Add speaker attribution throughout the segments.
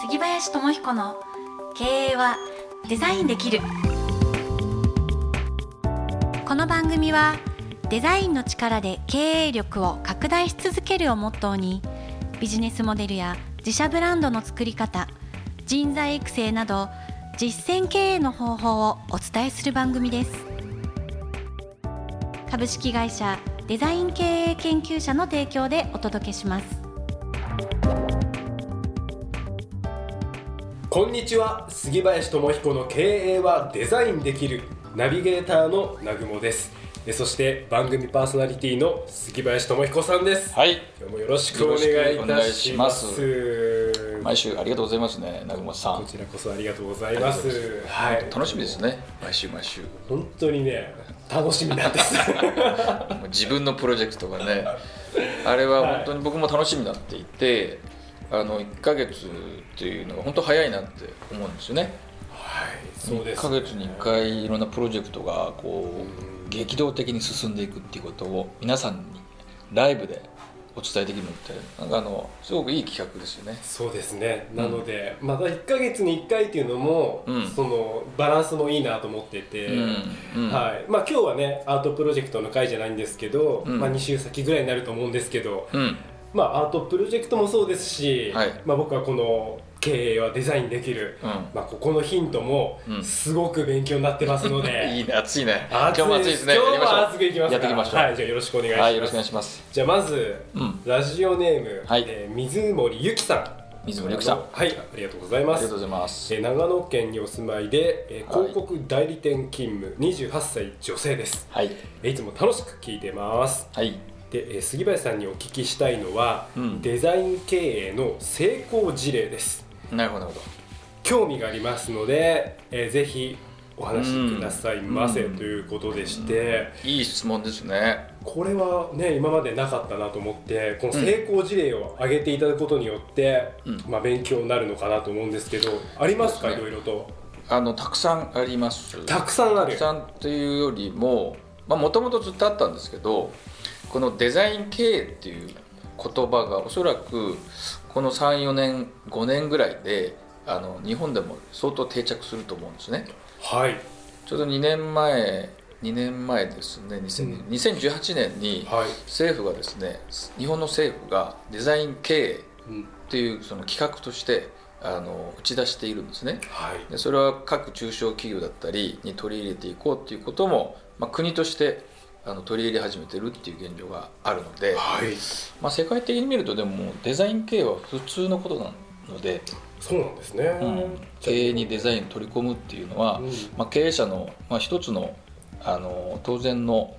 Speaker 1: 杉林智彦の経営はデザインできるこの番組はデザインの力で経営力を拡大し続けるをモットーにビジネスモデルや自社ブランドの作り方人材育成など実践経営の方法をお伝えする番組です株式会社デザイン経営研究者の提供でお届けします
Speaker 2: こんにちは杉林智彦の経営はデザインできるナビゲーターの南雲ですえそして番組パーソナリティの杉林智彦さんです、
Speaker 3: はい。
Speaker 2: 今日もよろしくお願いいたします
Speaker 3: よろし毎週ありがとうございますね、南雲さ
Speaker 2: こ
Speaker 3: ん。
Speaker 2: ちらこそありがとうございます
Speaker 3: ありがとうございます
Speaker 2: はい
Speaker 3: 楽しみですね、毎週毎週。
Speaker 2: 本当にね楽しみなん です
Speaker 3: もう自分のプロジェクトが ね、あれは本当に僕も楽しみになっていて、あの1ヶ月っていうのが本当早いなって思うんですよね。
Speaker 2: そうです
Speaker 3: 1ヶ月に1回いろんなプロジェクトがこう激動的に進んでいくっていうことを皆さんにライブでお伝えできるのってなんかあのすごくいい企画ですよね。
Speaker 2: そうですねなので、また1か月に1回っていうのも、
Speaker 3: うん
Speaker 2: そのバランスもいいなと思ってて、
Speaker 3: うんうん
Speaker 2: はいまあ、今日はねアートプロジェクトの回じゃないんですけど、
Speaker 3: うん
Speaker 2: まあ、2週先ぐらいになると思うんですけど、
Speaker 3: うん、
Speaker 2: まあ、アートプロジェクトもそうですし、
Speaker 3: はい
Speaker 2: まあ、僕はこの経営はデザインできる、
Speaker 3: うん
Speaker 2: まあ、ここのヒントも
Speaker 3: うん
Speaker 2: すごく勉強になってますの
Speaker 3: い
Speaker 2: で、
Speaker 3: いね、暑いね。
Speaker 2: 暑
Speaker 3: 今日も暑いですね。
Speaker 2: 今日
Speaker 3: やりましょう
Speaker 2: も熱くいきますか
Speaker 3: やっていきましょう。
Speaker 2: はい、じゃあよろしくお願いします、
Speaker 3: はい、よろしくお願いします。
Speaker 2: じゃあまず、
Speaker 3: うん
Speaker 2: ラジオネーム、
Speaker 3: はい
Speaker 2: えー水森ゆきさん
Speaker 3: 水森ゆきさん
Speaker 2: はいありがとうござい
Speaker 3: あり
Speaker 2: ま
Speaker 3: がと
Speaker 2: す
Speaker 3: うございます。
Speaker 2: えー長野県にお住まいで、えー
Speaker 3: はい
Speaker 2: 広告代理店勤務28歳女性です、
Speaker 3: はい、
Speaker 2: えーいつも楽しく聞いてます
Speaker 3: はい、
Speaker 2: で、えー杉林さんにお聞きしたいのは、
Speaker 3: うん
Speaker 2: デザイン経営の成功事例です
Speaker 3: なるほど、なるほ
Speaker 2: 興味がありますので、えーぜひお話しくださいませ、
Speaker 3: うん
Speaker 2: ということでして、
Speaker 3: ど。いい質問ですね。
Speaker 2: これはね今までなかったなと思ってこの成功事例を挙げていただくことによって、
Speaker 3: うん
Speaker 2: まあ、勉強になるのかなと思うんですけどありますか、い
Speaker 3: そうです
Speaker 2: ろいろと
Speaker 3: あの、たくさんあります。
Speaker 2: たくさんあ
Speaker 3: た
Speaker 2: る
Speaker 3: くさんっていうよりも、まあ、もともとずっとあったんですけど。このデザイン経営っていう言葉がおそらく。この3、4年、5年ぐらいで。あの日本でも相当定着すると思うんですね。
Speaker 2: はい
Speaker 3: ちょうど2年前、2年前ですね、2000 2018年に、
Speaker 2: はい、
Speaker 3: 政府がですね日本の政府がデザイン経営
Speaker 2: うん
Speaker 3: っていうその企画としてあの打ち出しているんですね
Speaker 2: はい
Speaker 3: でそれは各中小企業だったりに取り入れていこうっていうことも、まあ、国としてあの取り入れ始めてるっていう現状があるので、
Speaker 2: はい、
Speaker 3: まあ、世界的に見るとでももうデザイン経営は普通のことなので、
Speaker 2: そうなんですね。
Speaker 3: うん経営にデザインを取り込むっていうのは、
Speaker 2: うん
Speaker 3: まあ、経営者の、まあ、一つのあの当然の、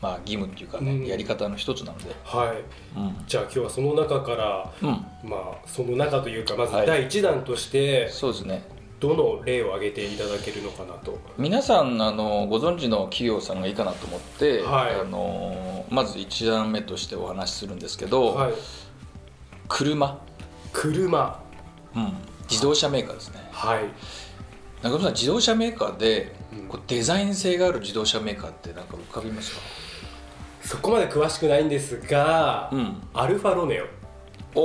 Speaker 3: まあ、義務っていうかね、
Speaker 2: うん
Speaker 3: やり方の一つなので。
Speaker 2: はい、
Speaker 3: うん
Speaker 2: じゃあ今日はその中から、
Speaker 3: うん、
Speaker 2: まあその中というかまず
Speaker 3: はい
Speaker 2: 第一弾として
Speaker 3: そうですね
Speaker 2: どの例を挙げていただけるのかなと。
Speaker 3: 皆さんあのご存知の企業さんがいいかなと思って、
Speaker 2: はい
Speaker 3: あのまず1段目としてお話しするんですけど、
Speaker 2: はい、
Speaker 3: 車、
Speaker 2: 車、
Speaker 3: うん、自動車メーカーですね
Speaker 2: はい、
Speaker 3: 中村さん自動車メーカーで、
Speaker 2: うん
Speaker 3: こうデザイン性がある自動車メーカーってなんか浮かびますか、
Speaker 2: そこまで詳しくないんですが、
Speaker 3: うん、
Speaker 2: アルファロメオ。
Speaker 3: お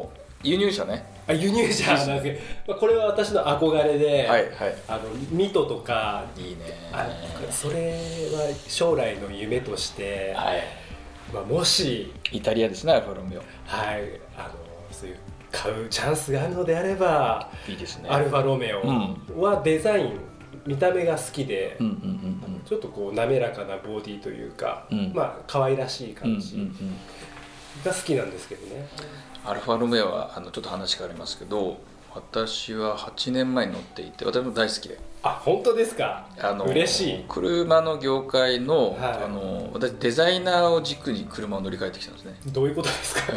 Speaker 3: お輸入車ね
Speaker 2: あ輸入車なんですけど、まあ、これは私の憧れで、
Speaker 3: はいはい
Speaker 2: あのミトとか
Speaker 3: いいね
Speaker 2: あそれは将来の夢として、
Speaker 3: はい
Speaker 2: まあ、もし、
Speaker 3: イタリアですねアルファロメオ
Speaker 2: はい、あのそういう買うチャンスがあるのであれば、
Speaker 3: いいですね
Speaker 2: アルファロメ
Speaker 3: うん
Speaker 2: オはデザイン、見た目が好きで、
Speaker 3: うんうんうん
Speaker 2: ちょっとこう滑らかなボディというか、
Speaker 3: うん
Speaker 2: まあ可愛らしい
Speaker 3: うんうんう
Speaker 2: 感
Speaker 3: ん
Speaker 2: じ
Speaker 3: うん
Speaker 2: が好きなんですけどね、
Speaker 3: アルファロメオはあのちょっと話変わりますけど私は8年前に乗っていて私も大好きで
Speaker 2: あ本当ですか
Speaker 3: あの
Speaker 2: 嬉しい
Speaker 3: 車の業界の,、
Speaker 2: はい
Speaker 3: あの私デザイナーを軸に車を乗り換えてきたんですね
Speaker 2: どういうことです か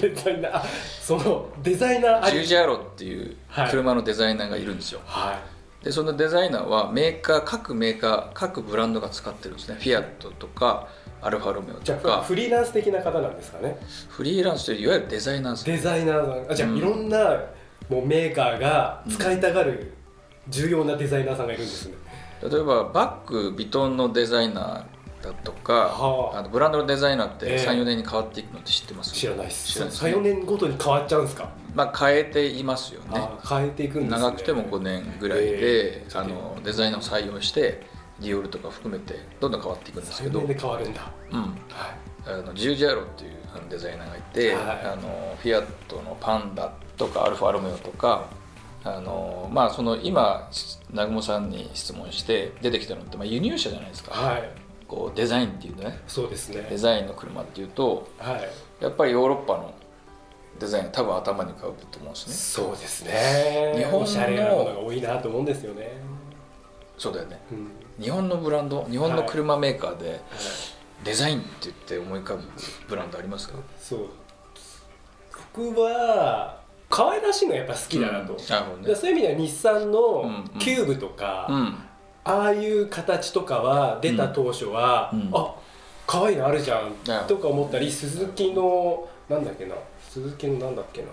Speaker 2: デザイナーあそのデザイナーあ
Speaker 3: ジュ
Speaker 2: り
Speaker 3: ージャーロっていう
Speaker 2: はい
Speaker 3: 車のデザイナーがいるんですよ、
Speaker 2: は
Speaker 3: でそのデザイナーはメーカー各メーカー各ブランドが使ってるんですねフィアットとかアルファロメオ
Speaker 2: いじ
Speaker 3: と
Speaker 2: ゃあ
Speaker 3: か
Speaker 2: フリーランス的な方なんですかね
Speaker 3: フリーランスといういわゆるデザイナーです
Speaker 2: デザイナーさんあじゃあ、
Speaker 3: うん
Speaker 2: いろんなもうメーカーが使いたがる重要なデザイナーさんがいるんですね、
Speaker 3: 例えばバッグヴィトンのデザイナーだとか、
Speaker 2: はあ
Speaker 3: あのブランドのデザイナーっ
Speaker 2: ええ
Speaker 3: て34年に変わっていくのって知ってます
Speaker 2: 知らないです
Speaker 3: 知らないです
Speaker 2: 34年ごとに変わっちゃうんですか、
Speaker 3: まあ、変えていますよね
Speaker 2: あー変えていくんです、ね、
Speaker 3: 長くても5年ぐらいで、
Speaker 2: えー
Speaker 3: あのデザイナーを採用してディオールとか含めてどんどん変わっていくんですけ
Speaker 2: 34
Speaker 3: ど
Speaker 2: 年、で変わるんだは
Speaker 3: うん、
Speaker 2: い
Speaker 3: あのジュージャーロっていうあのデザイナーがいて、
Speaker 2: はい
Speaker 3: あのフィアットのパンダとかアルファロメオとかあの、まあ、その今南雲さんに質問して出てきたのって、まあ、輸入車じゃないですか、
Speaker 2: はい
Speaker 3: こうデザインっていうね
Speaker 2: そうですね
Speaker 3: デザインの車っていうと
Speaker 2: はい
Speaker 3: やっぱりヨーロッパのデザインが多分頭に浮かぶと思うんですね
Speaker 2: そうですね
Speaker 3: 日本の
Speaker 2: おしゃれなものが多いなと思うんですよね、
Speaker 3: そうだよね
Speaker 2: うん
Speaker 3: 日本のブランド日本の車メーカーでデザインって言って思い浮かぶブランドありますか
Speaker 2: そう僕は可愛らしいのやっぱ好きだなと、
Speaker 3: うん
Speaker 2: だ
Speaker 3: なるほど
Speaker 2: か
Speaker 3: ね
Speaker 2: らそういう意味では日産
Speaker 3: う
Speaker 2: の
Speaker 3: んうん
Speaker 2: キューブとか、
Speaker 3: うん
Speaker 2: ああいう形とかは出た当初は、
Speaker 3: うん
Speaker 2: あ可愛いのあるじゃん
Speaker 3: だよ
Speaker 2: とか思ったり鈴木のなんだっけな鈴木のなんだっけな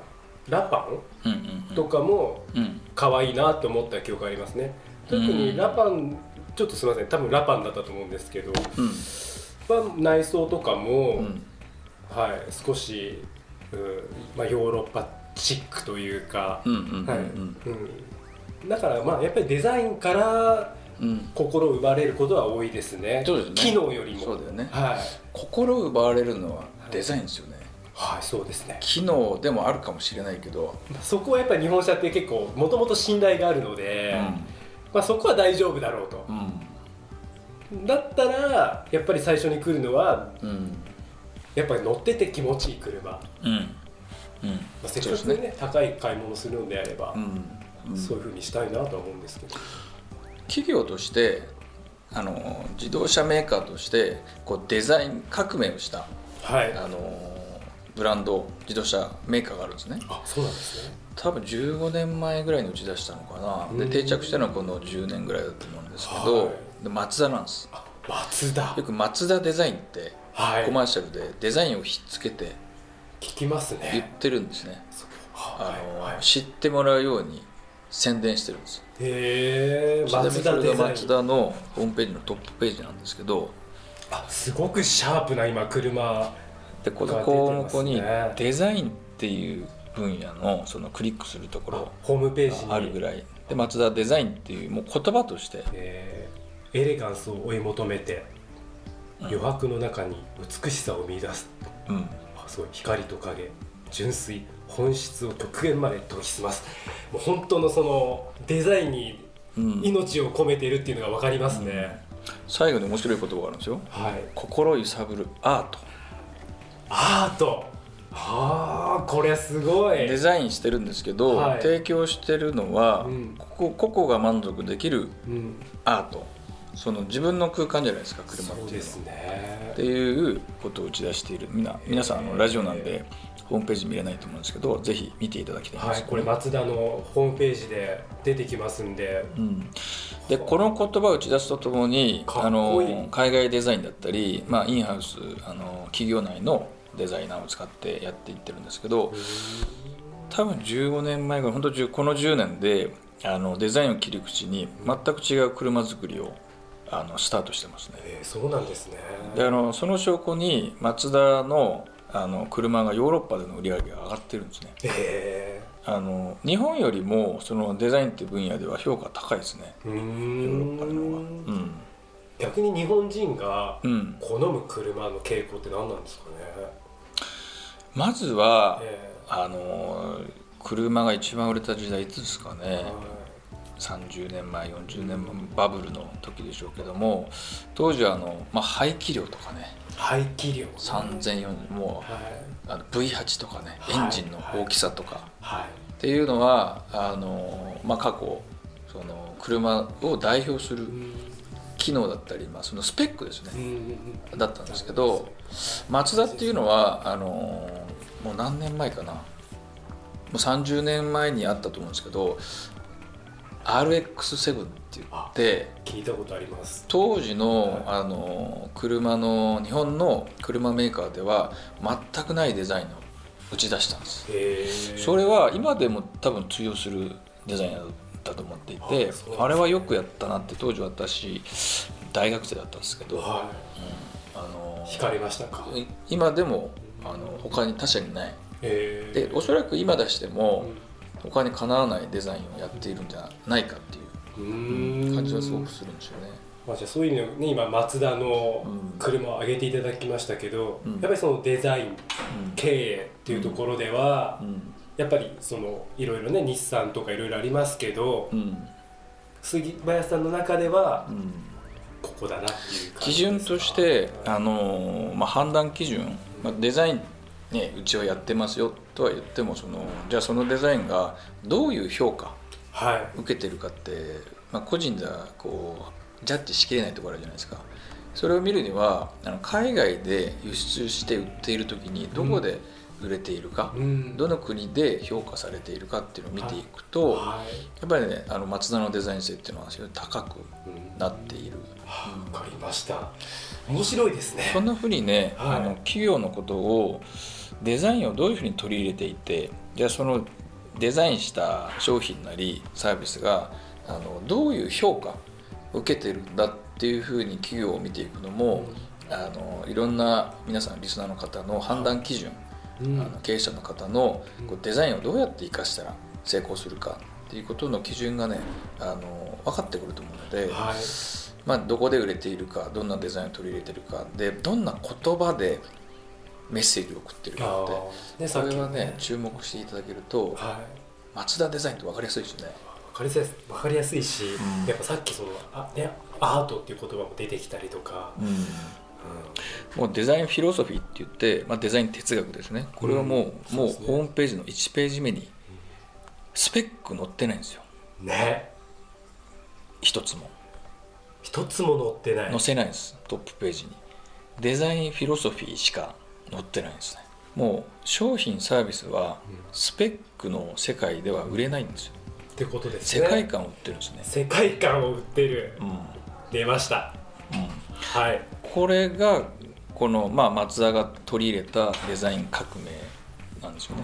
Speaker 2: ラパ
Speaker 3: うん
Speaker 2: ン
Speaker 3: うん
Speaker 2: とかも
Speaker 3: うん
Speaker 2: 可愛いなって思った記憶がありますね特にラパンちょっとすみません多分ラパンだったと思うんですけど、
Speaker 3: うん
Speaker 2: まあ、内装とかも、
Speaker 3: うん
Speaker 2: はい、少し、うんまあ、ヨーロッパチックというか、
Speaker 3: うんうん
Speaker 2: はい
Speaker 3: うん
Speaker 2: うんだからまあやっぱりデザインから
Speaker 3: うん
Speaker 2: 心を奪われることは多いですね
Speaker 3: そうですね
Speaker 2: 機能よりも
Speaker 3: そうだよね
Speaker 2: はい、
Speaker 3: 心を奪われるのはデザインですよね
Speaker 2: はい、そうですね
Speaker 3: 機能でもあるかもしれないけど、
Speaker 2: そこはやっぱり日本車って結構もともと信頼があるので、まあ、そこは大丈夫だろうと
Speaker 3: うん
Speaker 2: だったらやっぱり最初に来るのは
Speaker 3: うんうん
Speaker 2: やっぱり乗ってて気持ちいい車、ま
Speaker 3: うんうん
Speaker 2: あ、せっ
Speaker 3: そう
Speaker 2: かく
Speaker 3: です
Speaker 2: ね
Speaker 3: ね
Speaker 2: 高い買い物するのであれば、
Speaker 3: うん
Speaker 2: そういうふうにしたいなとは思うんですけど
Speaker 3: 企業としてあの自動車メーカーとしてこうデザイン革命をした
Speaker 2: はい
Speaker 3: あのブランド自動車メーカーがあるんですね
Speaker 2: あそうなんですね
Speaker 3: 多分15年前ぐらいに打ち出したのかな
Speaker 2: うん
Speaker 3: で定着したのはこの10年ぐらいだと思うんですけ
Speaker 2: は
Speaker 3: ど
Speaker 2: い
Speaker 3: で松田なんです
Speaker 2: あ松田
Speaker 3: よく松田デザインって
Speaker 2: はい
Speaker 3: コマーシャルでデザインをひっつけて
Speaker 2: 聞きます
Speaker 3: 言っ
Speaker 2: ね
Speaker 3: てるんですね
Speaker 2: は
Speaker 3: あ
Speaker 2: い
Speaker 3: の
Speaker 2: はい
Speaker 3: 知ってもらうように宣伝してるんです
Speaker 2: へえ
Speaker 3: ちなみに
Speaker 2: 松
Speaker 3: そ
Speaker 2: 田
Speaker 3: れ
Speaker 2: デ
Speaker 3: が
Speaker 2: ザイ
Speaker 3: 松
Speaker 2: ン
Speaker 3: 田のホームページのトップページなんですけど
Speaker 2: あすごくシャープな今車
Speaker 3: でこ
Speaker 2: が
Speaker 3: の
Speaker 2: 出て
Speaker 3: 項
Speaker 2: ますね
Speaker 3: 目にデザインっていう分野のそのクリックするところ
Speaker 2: ホームページに
Speaker 3: があるぐらいで松田デザインっていうもう言葉として
Speaker 2: えーエレガンスを追い求めて
Speaker 3: うん
Speaker 2: 余白の中に美しさを見出す
Speaker 3: うん
Speaker 2: あすごい光と影純粋本質を極限まで研ぎ澄ますもう本当のそのデザインに
Speaker 3: うん
Speaker 2: 命を込めてるっていうのが分かりますね、
Speaker 3: 最後に面白い言葉があるんですよ
Speaker 2: はい
Speaker 3: 心揺さぶるアート
Speaker 2: アートはあこれすごい
Speaker 3: デザインしてるんですけど、
Speaker 2: はい
Speaker 3: 提供してるのは、
Speaker 2: うん
Speaker 3: ここ個々が満足できる
Speaker 2: うん、
Speaker 3: アートその自分の空間じゃないですか車って
Speaker 2: そう
Speaker 3: いうの
Speaker 2: で
Speaker 3: は
Speaker 2: すね
Speaker 3: っていうことを打ち出しているみんな皆さんあのラジオなんでホームページ見れないと思うんですけどぜひ見ていただきたいんで
Speaker 2: は
Speaker 3: す
Speaker 2: い
Speaker 3: けど
Speaker 2: これ松田のホームページで出てきますんで
Speaker 3: うん、でこの言葉を打ち出すとともに
Speaker 2: かっこいい
Speaker 3: あの海外デザインだったり、まあ、インハウスあの企業内のデザイナーを使ってやっていってるんですけど多分15年前から本当10この10年であのデザインを切り口に全く違う車作りをあのスタートしてますね。
Speaker 2: えーそうなんですね
Speaker 3: であのその証拠にマツダのあの車がヨーロッパでの売り上げが上がってるんですね
Speaker 2: え
Speaker 3: あの日本よりもそのデザインっていう分野では評価高いですね
Speaker 2: ー、う
Speaker 3: ヨーロッパの方が
Speaker 2: ーん
Speaker 3: うん、
Speaker 2: 逆に日本人が
Speaker 3: うん、
Speaker 2: 好む車の傾向って何なんですかね、
Speaker 3: まずは
Speaker 2: え
Speaker 3: あの車が一番売れた時代いつですかね
Speaker 2: ーはい
Speaker 3: 30年前40年前バブルの時でしょうけども当時はあの、まあ、排気量とかね
Speaker 2: 排気量
Speaker 3: 3040も
Speaker 2: はいう
Speaker 3: あの V8 とかね
Speaker 2: はい
Speaker 3: エンジンの大きさとか、
Speaker 2: はい
Speaker 3: っていうのはあの、まあ、過去その車を代表する
Speaker 2: うん
Speaker 3: 機能だったり、まあ、そのスペックです
Speaker 2: う
Speaker 3: ね
Speaker 2: ん
Speaker 3: だったんですけどマツダっていうのはあのもう何年前かなもう30年前にあったと思うんですけど RX7 って言って
Speaker 2: 聞いたことあります
Speaker 3: 当時の
Speaker 2: は
Speaker 3: あの車の日本の車メーカーでは全くないデザインを打ち出したんです
Speaker 2: えー、
Speaker 3: それは今でも多分通用するデザインだったと思っていて
Speaker 2: あそう
Speaker 3: あれはよくやったなって当時私大学生だったんですけどあ
Speaker 2: は
Speaker 3: の
Speaker 2: い、惹かれましたか
Speaker 3: い今でもあの他に他社にない
Speaker 2: え
Speaker 3: でおそらく今出して
Speaker 2: う
Speaker 3: も
Speaker 2: ん
Speaker 3: 他にかなわないデザインをやっているんじゃないかっていう
Speaker 2: うーん
Speaker 3: 感じはすごくするんですよね。
Speaker 2: まあ、じゃあそういう意味でね今マツダの
Speaker 3: うん
Speaker 2: 車を上げていただきましたけど、
Speaker 3: うん
Speaker 2: やっぱりそのデザイン経営っていうところでは、
Speaker 3: うん
Speaker 2: やっぱりそのいろいろね日産とかいろいろありますけど、
Speaker 3: うん
Speaker 2: 杉林さんの中では
Speaker 3: うん
Speaker 2: ここだなっていう感
Speaker 3: 基
Speaker 2: じ
Speaker 3: 準
Speaker 2: ですか
Speaker 3: として、あのーまあ、判断基準、まあ、デザイン、ね、うちはやってますよとは言ってもそのじゃあそのデザインがどういう評価
Speaker 2: はい
Speaker 3: 受けてるかって、まあ、個人ではこうジャッジしきれないところあるじゃないですかそれを見るにはあの海外で輸出して売っている時にどこで売れているか、
Speaker 2: うん
Speaker 3: どの国で評価されているかっていうのを見ていくと、
Speaker 2: は
Speaker 3: やっぱりねあの松田のデザイン性っていうのは非常に高く
Speaker 2: い、うん
Speaker 3: なっている。
Speaker 2: はあわかりました面白いですね
Speaker 3: そんなふうにね、
Speaker 2: はい
Speaker 3: あの企業のことをデザインをどういうふうに取り入れていてじゃあそのデザインした商品なりサービスがあのどういう評価を受けてるんだっていうふうに企業を見ていくのも、あのいろんな皆さんリスナーの方の判断基準、
Speaker 2: うん
Speaker 3: あの経営者の方の
Speaker 2: うん
Speaker 3: こうデザインをどうやって生かしたら成功するかっていうことの基準がねあの分かってくると思うので。
Speaker 2: はい
Speaker 3: まあ、どこで売れているかどんなデザインを取り入れてるかでどんな言葉でメッセージを送ってるか
Speaker 2: あ
Speaker 3: って
Speaker 2: ーね
Speaker 3: そ
Speaker 2: さっ
Speaker 3: れ
Speaker 2: き
Speaker 3: はね注目していただけると
Speaker 2: はい
Speaker 3: 松田デザインって分かりやすいですよね
Speaker 2: わかりやすいわかりやすいし、
Speaker 3: うん
Speaker 2: やっぱさっきそのあ、ね、アートっていう言葉も出てきたりとか、
Speaker 3: もうデザインフィロソフィーって言って、まあ、デザイン哲学ですねこれはもう,、
Speaker 2: うんそ
Speaker 3: もう
Speaker 2: うですね
Speaker 3: ホームページの1ページ目にスペック載ってないんですよ
Speaker 2: うんね
Speaker 3: 一つも
Speaker 2: 一つも載ってない
Speaker 3: 載せないんですトップページにデザインフィロソフィーしか載ってないんですねもう商品サービスは
Speaker 2: うん
Speaker 3: スペックの世界では売れないんですよ
Speaker 2: ってことです
Speaker 3: 世
Speaker 2: ね
Speaker 3: 界観を売ってるんですね、
Speaker 2: 世界観を売ってる、
Speaker 3: うんうん、
Speaker 2: 出ましたはい
Speaker 3: これがこの、まあ、松田が取り入れたデザイン革命なんですよね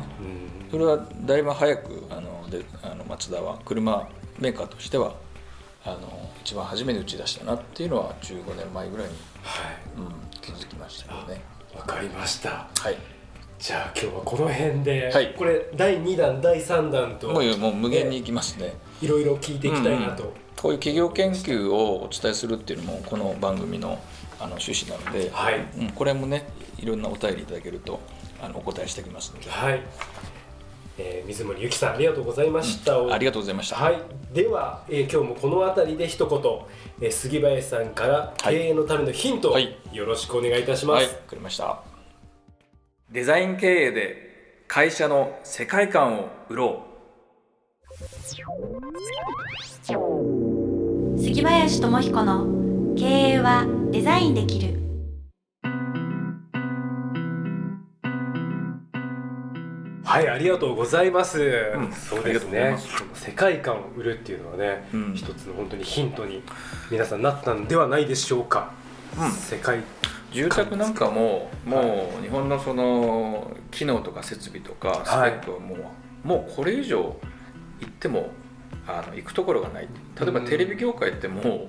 Speaker 3: それはだいぶ早くあのであの松田は車メーカーとしてはあの一番初めに打ち出したなっていうのは15年前ぐらいに、
Speaker 2: は
Speaker 3: うん、気づきましたよね
Speaker 2: いわかりました
Speaker 3: はい
Speaker 2: じゃあ今日はこの辺で、
Speaker 3: はい
Speaker 2: これ第2弾第3弾と
Speaker 3: もうもう無限にいきますね、
Speaker 2: いろいろ聞いていきたいなと、
Speaker 3: うんうんこういう企業研究をお伝えするっていうのもこの番組のあの趣旨なので、
Speaker 2: はい
Speaker 3: うん、これもねいろんなお便りいただけるとあのお答えしてきますので
Speaker 2: はい、えー水森ゆきさんありがとうございました、
Speaker 3: ありがとうございました、
Speaker 2: はい、では、えー今日もこの辺りで一言、えー杉林さんから
Speaker 3: は
Speaker 2: 経
Speaker 3: い
Speaker 2: 営のためのヒントを
Speaker 3: はい
Speaker 2: よろしくお願いいたします、
Speaker 3: はいわかりましたデザイン経営で会社の世界観を売ろ
Speaker 1: 杉林智彦の経営はデザインできる
Speaker 2: はいありがとうございます、
Speaker 3: うん
Speaker 2: そうですね
Speaker 3: ありがとうございます
Speaker 2: 世界観を売るっていうのはね、
Speaker 3: うん
Speaker 2: 一つの本当にヒントに皆さんなったんではないでしょうか、
Speaker 3: うん
Speaker 2: 世界
Speaker 3: う住宅なんかももう日本のその機能とか設備とかスペ
Speaker 2: はい
Speaker 3: ックはもう,、もうこれ以上行ってもあの行くところがない例えば
Speaker 2: うん
Speaker 3: テレビ業界ってもう、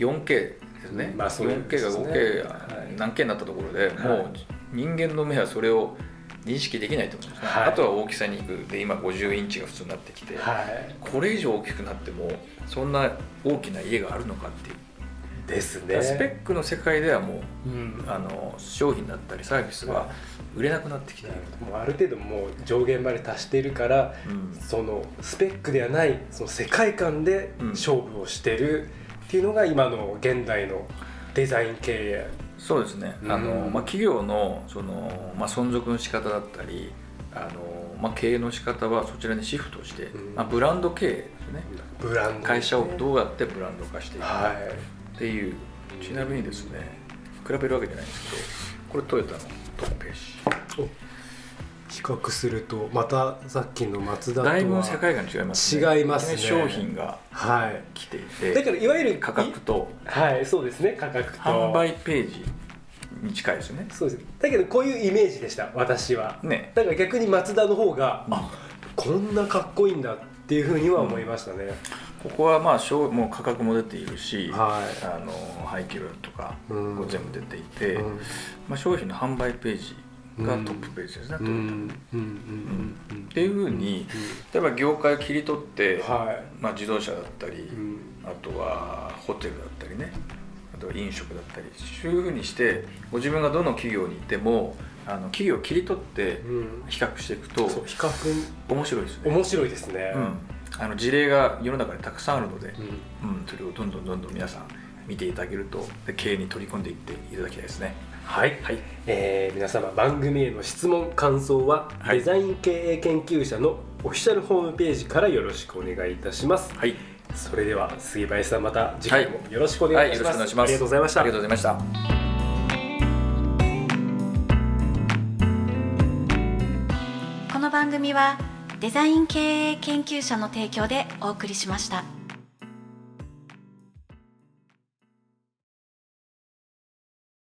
Speaker 3: 4K ですね、
Speaker 2: まあそういうこと
Speaker 3: 4K
Speaker 2: です
Speaker 3: が
Speaker 2: ね
Speaker 3: 5K
Speaker 2: はい
Speaker 3: 何 K になったところで、もう人間の目はそれを認識できないと思うんですね、
Speaker 2: はい
Speaker 3: あとは大きさにいくで今50インチが普通になってきて、
Speaker 2: はい
Speaker 3: これ以上大きくなってもそんな大きな家があるのかっていう、
Speaker 2: ですね
Speaker 3: スペックの世界ではもう
Speaker 2: うん
Speaker 3: あの商品だったりサービスは売れなくなってきている、
Speaker 2: もうある程度もう上限まで達しているから
Speaker 3: うん
Speaker 2: そのスペックではないその世界観で
Speaker 3: うん
Speaker 2: 勝負をしてるっていうのが今の現代のデザイン経営
Speaker 3: そうですね、あの
Speaker 2: うん
Speaker 3: まあ、企業のその、まあ、存続の仕方だったりあの、まあ、経営の仕方はそちらにシフトして、
Speaker 2: うん
Speaker 3: まあ、ブランド経営ですね
Speaker 2: ブランド、
Speaker 3: 会社をどうやってブランド化していくか
Speaker 2: は
Speaker 3: っていう、ちなみにですね比べるわけじゃないんですけどこれトヨタのトップページ
Speaker 2: い比較するとまたさっきの松田とは
Speaker 3: だいぶ世界観違います
Speaker 2: 違いますね
Speaker 3: 商品が
Speaker 2: はい
Speaker 3: 来てい
Speaker 2: だか
Speaker 3: て
Speaker 2: らいわゆる
Speaker 3: 価格と
Speaker 2: はいそうですね価格と
Speaker 3: 販売ページに近いですね
Speaker 2: そうですだけどこういうイメージでした私は
Speaker 3: ね
Speaker 2: だから逆に松田の方が、
Speaker 3: うん
Speaker 2: あこんなかっこいいんだっていうふうには思いましたね、
Speaker 3: ここはまあ小もう価格も出ているし、
Speaker 2: はい
Speaker 3: あの廃棄分とか
Speaker 2: うん
Speaker 3: も全部出ていて、
Speaker 2: うん
Speaker 3: まあ、商品の販売ページがトップページですね、
Speaker 2: うんうんうんうんうん
Speaker 3: っていうふうに例えば業界を切り取って、
Speaker 2: は
Speaker 3: まあ、自動車だったり、
Speaker 2: いうん
Speaker 3: あとはホテルだったりねあとは飲食だったりそういうふうにしてご自分がどの企業にいてもあの企業を切り取って
Speaker 2: うん
Speaker 3: 比較していくと
Speaker 2: そう比較
Speaker 3: 面白いですね、
Speaker 2: 面白いですね
Speaker 3: うん、あの事例が世の中にたくさんあるので、
Speaker 2: うん
Speaker 3: うん、それをどんどんどんどん皆さん見ていただけるとで経営に取り込んでいっていただきたいですね
Speaker 2: はい、
Speaker 3: はい
Speaker 2: えー皆様番組への質問感想は、
Speaker 3: はい
Speaker 2: デザイン経営研究者のオフィシャルホームページからよろしくお願いいたします、
Speaker 3: はい、
Speaker 2: それでは杉林さんまた次回もよろしくお
Speaker 3: は
Speaker 2: 願い
Speaker 3: い、よ
Speaker 2: し
Speaker 3: ろしく
Speaker 2: ま
Speaker 3: お
Speaker 2: す、
Speaker 3: 願いします
Speaker 2: ありがとうございました
Speaker 3: ありがとうございました
Speaker 1: この番組はデザイン経営研究者の提供でお送りしました。